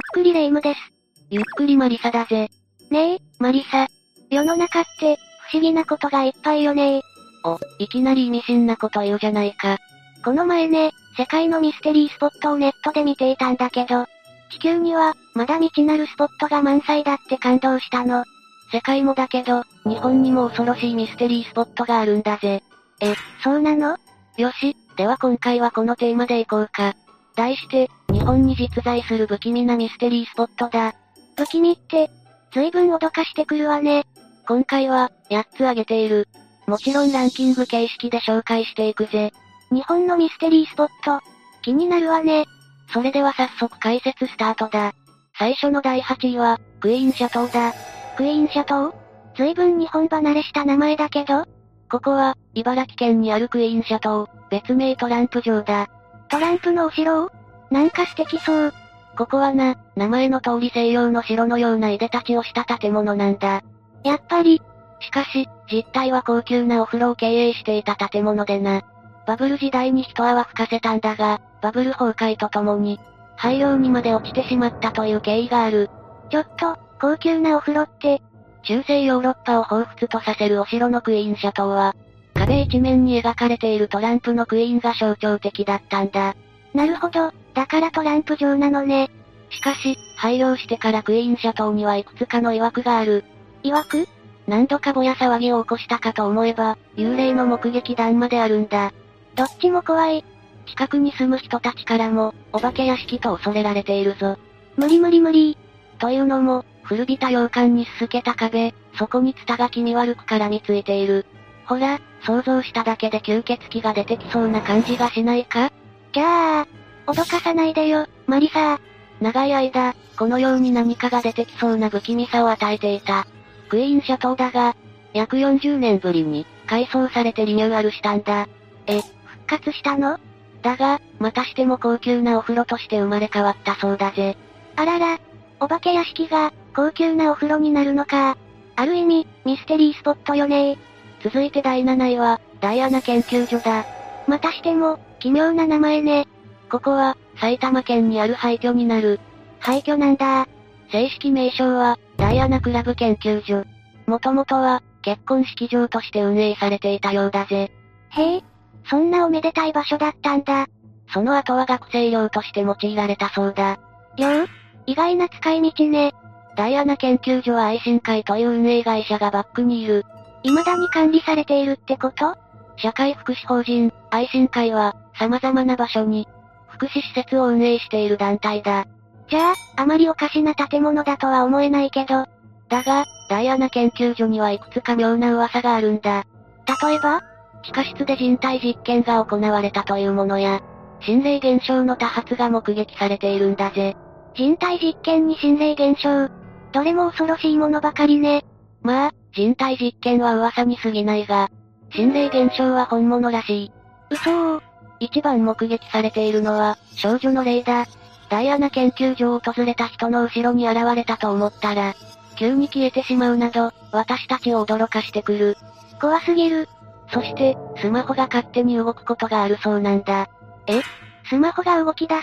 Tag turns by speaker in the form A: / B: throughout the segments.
A: イムです。
B: ゆっくりマリサだぜ。
A: ねえ、
B: マリサ。
A: 世の中って、不思議なことがいっぱいよね
B: お、いきなり意味深なこと言うじゃないか。
A: この前ね、世界のミステリースポットをネットで見ていたんだけど、地球には、まだ未知なるスポットが満載だって感動したの。
B: 世界もだけど、日本にも恐ろしいミステリースポットがあるんだぜ。
A: え、そうなの
B: よし、では今回はこのテーマでいこうか。題して、日本に実在する不気味なミステリースポットだ。
A: 不気味って、随分脅かしてくるわね。
B: 今回は、8つ挙げている。もちろんランキング形式で紹介していくぜ。
A: 日本のミステリースポット、気になるわね。
B: それでは早速解説スタートだ。最初の第8位は、クイーンシャトーだ。
A: クイーンシャトー随分日本離れした名前だけど
B: ここは、茨城県にあるクイーンシャトー、別名トランプ城だ。
A: トランプのお城なんか素敵そう。
B: ここはな、名前の通り西洋の城のようないでたちをした建物なんだ。
A: やっぱり。
B: しかし、実態は高級なお風呂を経営していた建物でな。バブル時代に一泡吹かせたんだが、バブル崩壊とともに、廃業にまで落ちてしまったという経緯がある。
A: ちょっと、高級なお風呂って、
B: 中世ヨーロッパを彷彿とさせるお城のクイーンシャトーは、壁一面に描かれているトランプのクイーンが象徴的だったんだ。
A: なるほど、だからトランプ城なのね。
B: しかし、廃業してからクイーンシャトーにはいくつかの曰くがある。
A: 曰く
B: 何度かぼや騒ぎを起こしたかと思えば、幽霊の目撃談まであるんだ。
A: どっちも怖い。
B: 近くに住む人たちからも、お化け屋敷と恐れられているぞ。
A: 無理無理無理。
B: というのも、古びた洋館にすすけた壁、そこにツタが気味悪く絡みついている。ほら、想像しただけで吸血鬼が出てきそうな感じがしないか
A: キャー。脅かさないでよ、マリサー。
B: 長い間、このように何かが出てきそうな不気味さを与えていた。クイーンシャトーだが、約40年ぶりに、改装されてリニューアルしたんだ。
A: え、復活したの
B: だが、またしても高級なお風呂として生まれ変わったそうだぜ。
A: あらら、お化け屋敷が、高級なお風呂になるのか。ある意味、ミステリースポットよね
B: 続いて第7位は、ダイアナ研究所だ。
A: またしても、奇妙な名前ね。
B: ここは、埼玉県にある廃墟になる。
A: 廃墟なんだ。
B: 正式名称は、ダイアナクラブ研究所。もともとは、結婚式場として運営されていたようだぜ。
A: へえ、そんなおめでたい場所だったんだ。
B: その後は学生寮として用いられたそうだ。
A: 寮意外な使い道ね。
B: ダイアナ研究所は愛心会という運営会社がバックにいる。
A: 未だに管理されているってこと
B: 社会福祉法人、愛心会は、様々な場所に、福祉施設を運営している団体だ。
A: じゃあ、あまりおかしな建物だとは思えないけど。
B: だが、ダイアナ研究所にはいくつか妙な噂があるんだ。
A: 例えば
B: 地下室で人体実験が行われたというものや、心霊現象の多発が目撃されているんだぜ。
A: 人体実験に心霊現象。どれも恐ろしいものばかりね。
B: まあ、人体実験は噂に過ぎないが、心霊現象は本物らしい。
A: 嘘
B: 一番目撃されているのは、少女の霊だ。ダイアナ研究所を訪れた人の後ろに現れたと思ったら、急に消えてしまうなど、私たちを驚かしてくる。
A: 怖すぎる。
B: そして、スマホが勝手に動くことがあるそうなんだ。
A: えスマホが動き出す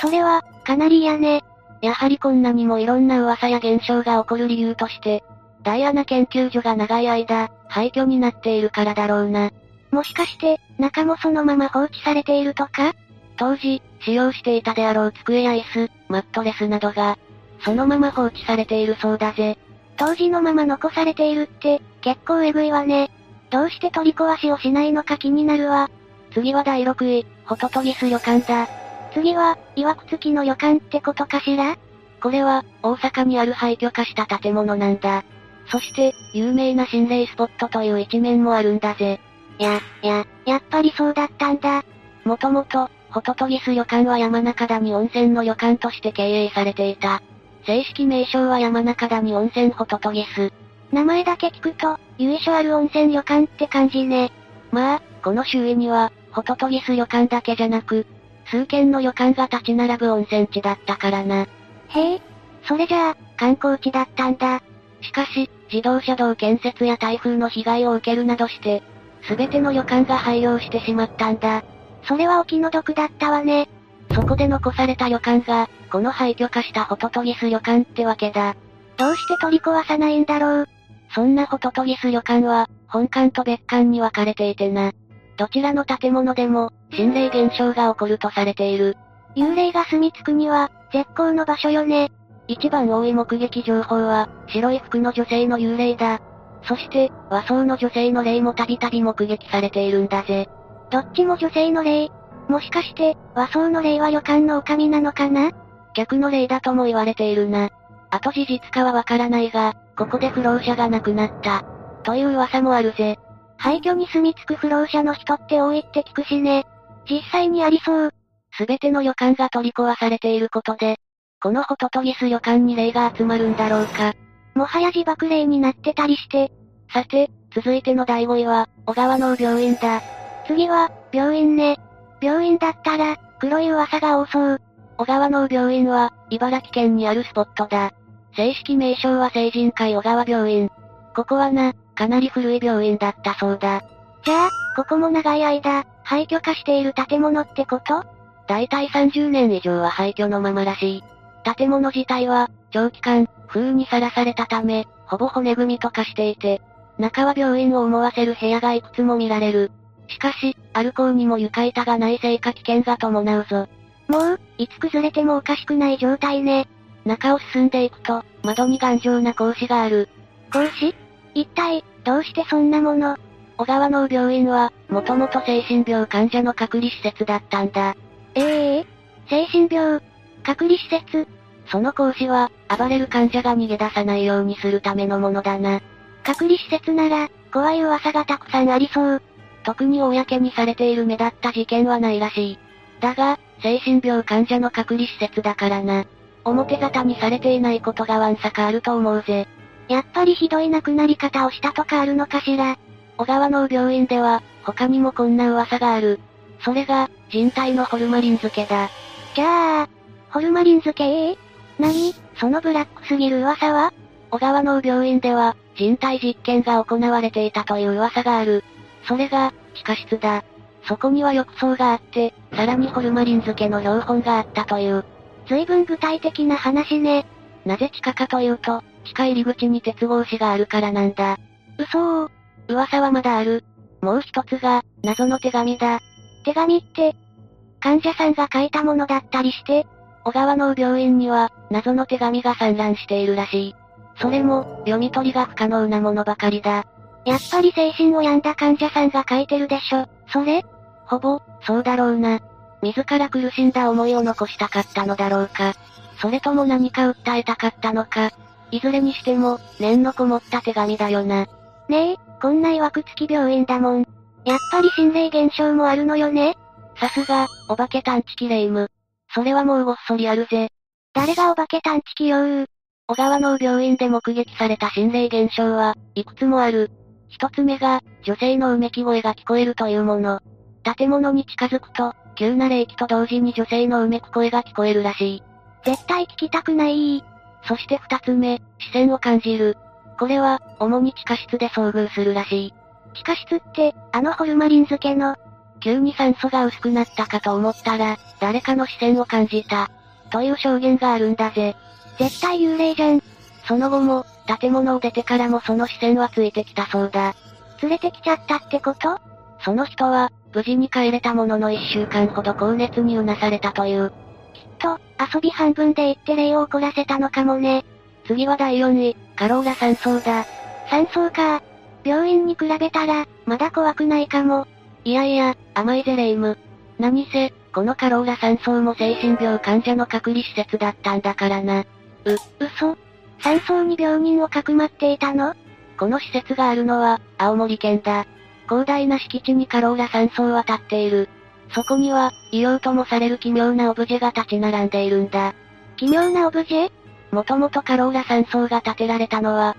A: それは、かなり嫌ね。
B: やはりこんなにもいろんな噂や現象が起こる理由として、ダイアナ研究所が長い間、廃墟になっているからだろうな。
A: もしかして、中もそのまま放置されているとか
B: 当時、使用していたであろう机や椅子、マットレスなどが、そのまま放置されているそうだぜ。
A: 当時のまま残されているって、結構えぐいわね。どうして取り壊しをしないのか気になるわ。
B: 次は第6位、ホトトギス旅館だ。
A: 次は、曰くつきの旅館ってことかしら
B: これは、大阪にある廃墟化した建物なんだ。そして、有名な心霊スポットという一面もあるんだぜ。
A: や、や、やっぱりそうだったんだ。
B: もともと、ホトトギス旅館は山中谷温泉の旅館として経営されていた。正式名称は山中谷温泉ホトトギス。
A: 名前だけ聞くと、由緒ある温泉旅館って感じね。
B: まあ、この周囲には、ホトトギス旅館だけじゃなく、数軒の旅館が立ち並ぶ温泉地だったからな。
A: へえ、それじゃあ、観光地だったんだ。
B: しかし、自動車道建設や台風の被害を受けるなどして、すべての旅館が廃業してしまったんだ。
A: それはお気の毒だったわね。
B: そこで残された旅館が、この廃墟化したホトトギス旅館ってわけだ。
A: どうして取り壊さないんだろう。
B: そんなホトトギス旅館は、本館と別館に分かれていてな。どちらの建物でも、心霊現象が起こるとされている。
A: 幽霊が住み着くには、絶好の場所よね。
B: 一番多い目撃情報は、白い服の女性の幽霊だ。そして、和装の女性の霊もたびたび目撃されているんだぜ。
A: どっちも女性の霊。もしかして、和装の霊は旅館の女将なのかな
B: 客の霊だとも言われているな。あと事実かはわからないが、ここで不老者が亡くなった。という噂もあるぜ。
A: 廃墟に住み着く不老者の人って多いって聞くしね。実際にありそう。
B: すべての旅館が取り壊されていることで、このホトトギス旅館に霊が集まるんだろうか。
A: もはや自爆霊になってたりして。
B: さて、続いての第5位は、小川の病院だ。
A: 次は、病院ね。病院だったら、黒い噂が多そう。
B: 小川の病院は、茨城県にあるスポットだ。正式名称は成人会小川病院。ここはな、かなり古い病院だったそうだ。
A: じゃあ、ここも長い間、廃墟化している建物ってこと
B: だいたい30年以上は廃墟のままらしい。建物自体は、長期間、風にさらされたため、ほぼ骨組みと化していて、中は病院を思わせる部屋がいくつも見られる。しかし、アルコーにも床板がないせいか危険が伴うぞ。
A: もう、いつ崩れてもおかしくない状態ね。
B: 中を進んでいくと、窓に頑丈な格子がある。
A: 格子一体、どうしてそんなもの
B: 小川農病院は、もともと精神病患者の隔離施設だったんだ。
A: ええー、精神病、隔離施設。
B: その講師は、暴れる患者が逃げ出さないようにするためのものだな。
A: 隔離施設なら、怖い噂がたくさんありそう。
B: 特に公にされている目立った事件はないらしい。だが、精神病患者の隔離施設だからな。表沙汰にされていないことがわんさかあると思うぜ。
A: やっぱりひどい亡くなり方をしたとかあるのかしら。
B: 小川農病院では、他にもこんな噂がある。それが、人体のホルマリン漬けだ。
A: じゃあ、ホルマリン漬けなに、そのブラックすぎる噂は
B: 小川農病院では、人体実験が行われていたという噂がある。それが、地下室だ。そこには浴槽があって、さらにホルマリン漬けの標本があったという。
A: 随分具体的な話ね。
B: なぜ地下かというと、地下入り口に鉄格子があるからなんだ。
A: 嘘
B: 噂はまだある。もう一つが、謎の手紙だ。
A: 手紙って、患者さんが書いたものだったりして、
B: 小川農病院には、謎の手紙が散乱しているらしい。それも、読み取りが不可能なものばかりだ。
A: やっぱり精神を病んだ患者さんが書いてるでしょ、それ
B: ほぼ、そうだろうな。自ら苦しんだ思いを残したかったのだろうか。それとも何か訴えたかったのか。いずれにしても、念のこもった手紙だよな。
A: ねえ、こんな曰くつき病院だもん。やっぱり心霊現象もあるのよね
B: さすが、お化け探知機レイム。それはもうごっそりあるぜ。
A: 誰がお化け探知機よー。
B: 小川の病院で目撃された心霊現象は、いくつもある。一つ目が、女性のうめき声が聞こえるというもの。建物に近づくと、急な霊気と同時に女性のうめく声が聞こえるらしい。
A: 絶対聞きたくない。
B: そして二つ目、視線を感じる。これは、主に地下室で遭遇するらしい。
A: 地下室って、あのホルマリン漬けの、
B: 急に酸素が薄くなったかと思ったら、誰かの視線を感じた。という証言があるんだぜ。
A: 絶対幽霊じゃん。
B: その後も、建物を出てからもその視線はついてきたそうだ。
A: 連れてきちゃったってこと
B: その人は、無事に帰れたものの一週間ほど高熱にうなされたという。
A: きっと、遊び半分で行って霊を怒らせたのかもね。
B: 次は第4位、カローラ山荘だ。
A: 山荘か。病院に比べたら、まだ怖くないかも。
B: いやいや、甘いゼレイム。何せ、このカローラ山荘も精神病患者の隔離施設だったんだからな。う、
A: 嘘山荘に病人をかくまっていたの
B: この施設があるのは、青森県だ。広大な敷地にカローラ山荘は建っている。そこには、異様ともされる奇妙なオブジェが立ち並んでいるんだ。
A: 奇妙なオブジェ
B: もともとカローラ山荘が建てられたのは、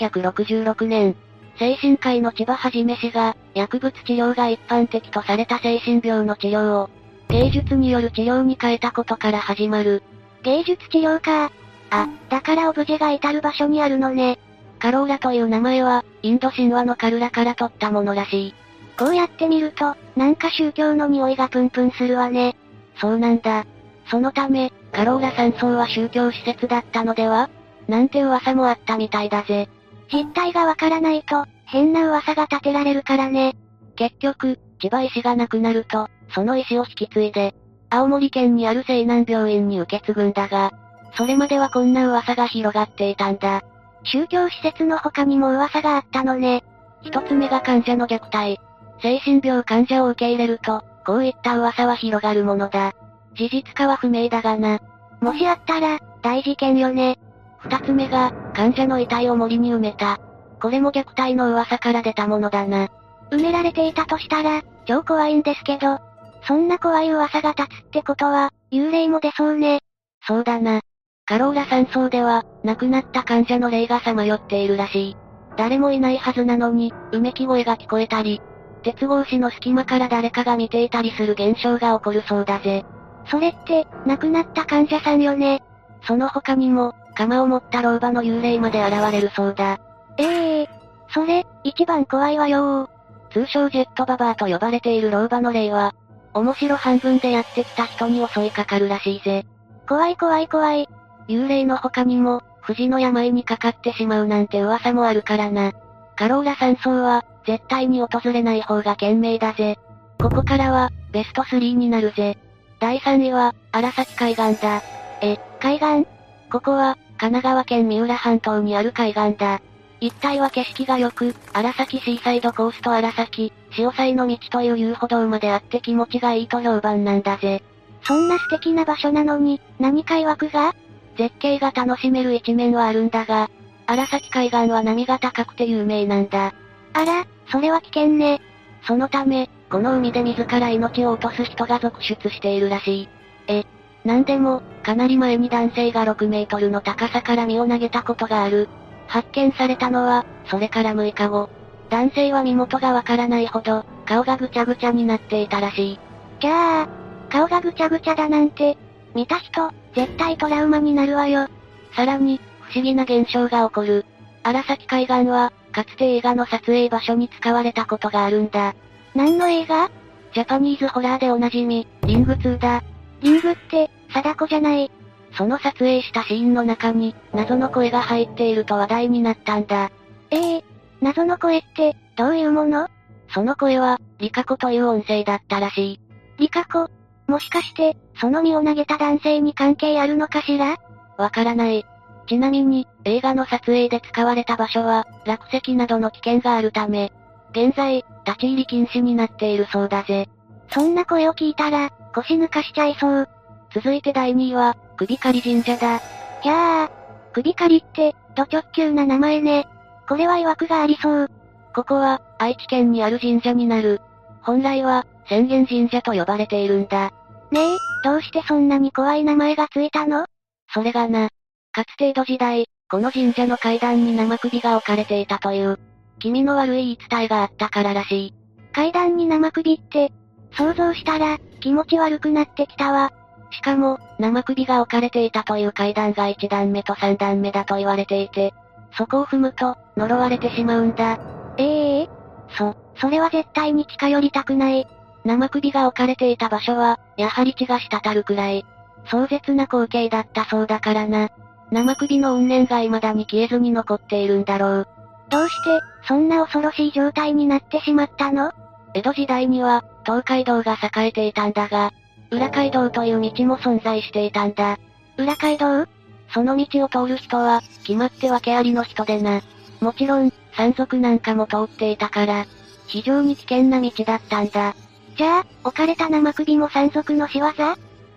B: 1966年。精神科医の千葉はじめ氏が、薬物治療が一般的とされた精神病の治療を、芸術による治療に変えたことから始まる。
A: 芸術治療か。あ、だからオブジェが至る場所にあるのね。
B: カローラという名前は、インド神話のカルラから取ったものらしい。
A: こうやって見ると、なんか宗教の匂いがプンプンするわね。
B: そうなんだ。そのため、カローラ山荘は宗教施設だったのではなんて噂もあったみたいだぜ。
A: 実態がわからないと、変な噂が立てられるからね。
B: 結局、千葉石がなくなると、その石を引き継いで、青森県にある西南病院に受け継ぐんだが、それまではこんな噂が広がっていたんだ。
A: 宗教施設の他にも噂があったのね。
B: 一つ目が患者の虐待。精神病患者を受け入れると、こういった噂は広がるものだ。事実かは不明だがな。
A: もしあったら、大事件よね。
B: 二つ目が、患者の遺体を森に埋めた。これも虐待の噂から出たものだな。
A: 埋められていたとしたら、超怖いんですけど。そんな怖い噂が立つってことは、幽霊も出そうね。
B: そうだな。カローラ山荘では、亡くなった患者の霊がさまよっているらしい。誰もいないはずなのに、うめき声が聞こえたり、鉄格子の隙間から誰かが見ていたりする現象が起こるそうだぜ。
A: それって、亡くなった患者さんよね。
B: その他にも、釜を持った老婆の幽霊まで現れるそうだ。
A: ええー、それ、一番怖いわよ
B: 通称ジェットババアと呼ばれている老婆の霊は、面白半分でやってきた人に襲いかかるらしいぜ。
A: 怖い怖い怖い。
B: 幽霊の他にも、不治の病にかかってしまうなんて噂もあるからな。カローラ山荘は、絶対に訪れない方が賢明だぜ。ここからは、ベスト3になるぜ。第3位は、荒崎海岸だ。
A: え、海岸
B: ここは、神奈川県三浦半島にある海岸だ。一帯は景色が良く、荒崎シーサイドコースと荒崎、潮騒の道という遊歩道まであって気持ちがいいと評判なんだぜ。
A: そんな素敵な場所なのに、何か曰くが
B: 絶景が楽しめる一面はあるんだが、荒崎海岸は波が高くて有名なんだ。
A: あら、それは危険ね。
B: そのため、この海で自ら命を落とす人が続出しているらしい。え、なんでも、かなり前に男性が6メートルの高さから身を投げたことがある。発見されたのは、それから6日後。男性は身元がわからないほど、顔がぐちゃぐちゃになっていたらしい。
A: じゃあ、顔がぐちゃぐちゃだなんて、見た人、絶対トラウマになるわよ。
B: さらに、不思議な現象が起こる。荒崎海岸は、かつて映画の撮影場所に使われたことがあるんだ。
A: 何の映画
B: ジャパニーズホラーでおなじみ、リング2だ。
A: リングって、貞子じゃない。
B: その撮影したシーンの中に、謎の声が入っていると話題になったんだ。
A: ええー、謎の声って、どういうもの
B: その声は、リカコという音声だったらしい。
A: リカコもしかして、その身を投げた男性に関係あるのかしら
B: わからない。ちなみに、映画の撮影で使われた場所は、落石などの危険があるため、現在、立ち入り禁止になっているそうだぜ。
A: そんな声を聞いたら、腰抜かしちゃいそう。
B: 続いて第2位は、首狩り神社だ。
A: ひゃー、首狩りって、ド直球な名前ね。これは曰くがありそう。
B: ここは、愛知県にある神社になる。本来は、浅間神社と呼ばれているんだ。
A: ねえ、どうしてそんなに怖い名前がついたの
B: それがな。かつて江戸時代、この神社の階段に生首が置かれていたという、気味の悪い言い伝えがあったかららしい。
A: 階段に生首って、想像したら、気持ち悪くなってきたわ。
B: しかも、生首が置かれていたという階段が1段目と3段目だと言われていて、そこを踏むと、呪われてしまうんだ。
A: ええー、そ、それは絶対に近寄りたくない。
B: 生首が置かれていた場所は、やはり血が滴るくらい、壮絶な光景だったそうだからな。生首の怨念が未だに消えずに残っているんだろう。
A: どうして、そんな恐ろしい状態になってしまったの
B: 江戸時代には、東海道が栄えていたんだが、裏街道という道も存在していたんだ。
A: 裏街道
B: その道を通る人は、決まって訳ありの人でな。もちろん、山賊なんかも通っていたから、非常に危険な道だったんだ。
A: じゃあ、置かれた生首も山賊の仕業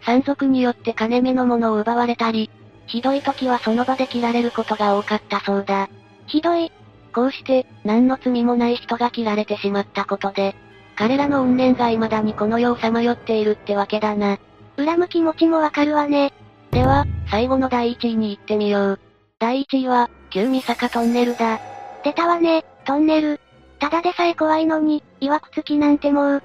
B: 山賊によって金目のものを奪われたり、ひどい時はその場で切られることが多かったそうだ。
A: ひどい。
B: こうして、何の罪もない人が切られてしまったことで、彼らの怨念が未だにこの世をさまよっているってわけだな。
A: 恨む気持ちもわかるわね。
B: では、最後の第1位に行ってみよう。第1位は、旧三坂トンネルだ。
A: 出たわね、トンネル。ただでさえ怖いのに、曰くつきなんてもう。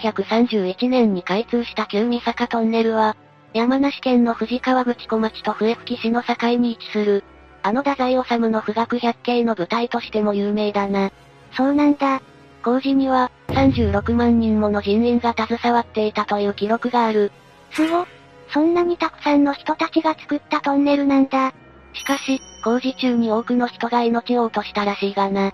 B: 1931年に開通した旧三坂トンネルは、山梨県の富士河口湖町と笛吹市の境に位置する。あの太宰治の富岳百景の舞台としても有名だな。
A: そうなんだ。
B: 工事には、36万人もの人員が携わっていたという記録がある。
A: すご。そんなにたくさんの人たちが作ったトンネルなんだ。
B: しかし、工事中に多くの人が命を落としたらしいがな。う。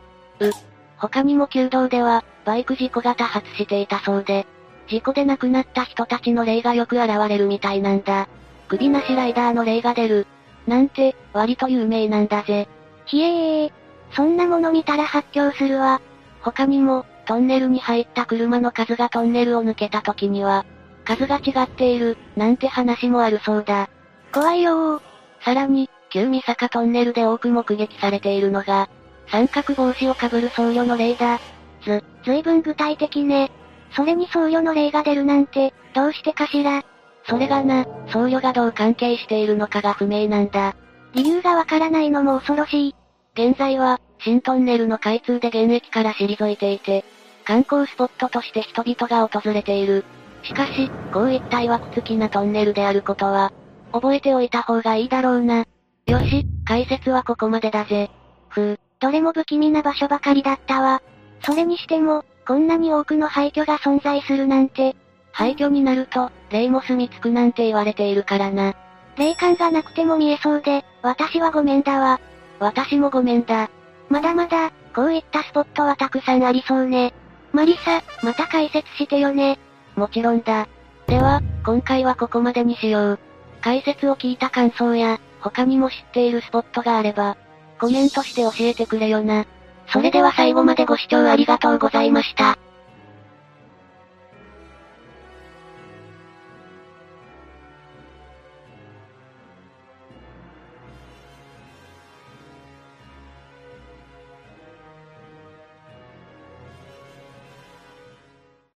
B: 他にも弓道では、バイク事故が多発していたそうで、事故で亡くなった人たちの霊がよく現れるみたいなんだ。首なしライダーの霊が出る。なんて、割と有名なんだぜ。
A: ひえーそんなもの見たら発狂するわ。
B: 他にも、トンネルに入った車の数がトンネルを抜けた時には、数が違っている、なんて話もあるそうだ。
A: 怖いよー。
B: さらに、旧三坂トンネルで多く目撃されているのが、三角帽子をかぶる僧侶の霊だ。
A: ず、ずいぶん具体的ね。それに僧侶の霊が出るなんて、どうしてかしら。
B: それがな、僧侶がどう関係しているのかが不明なんだ。
A: 理由がわからないのも恐ろしい。
B: 現在は、新トンネルの開通で現役から退いていて、観光スポットとして人々が訪れている。しかし、こういった曰く付きなトンネルであることは、覚えておいた方がいいだろうな。よし、解説はここまでだぜ。ふう、
A: どれも不気味な場所ばかりだったわ。それにしても、こんなに多くの廃墟が存在するなんて、
B: 廃墟になると、霊も住み着くなんて言われているからな。
A: 霊感がなくても見えそうで、私はごめんだわ。
B: 私もごめんだ。
A: まだまだ、こういったスポットはたくさんありそうね。マリサ、また解説してよね。
B: もちろんだ。では、今回はここまでにしよう。解説を聞いた感想や、他にも知っているスポットがあれば、コメントして教えてくれよな。
A: それでは最後までご視聴ありがとうございました。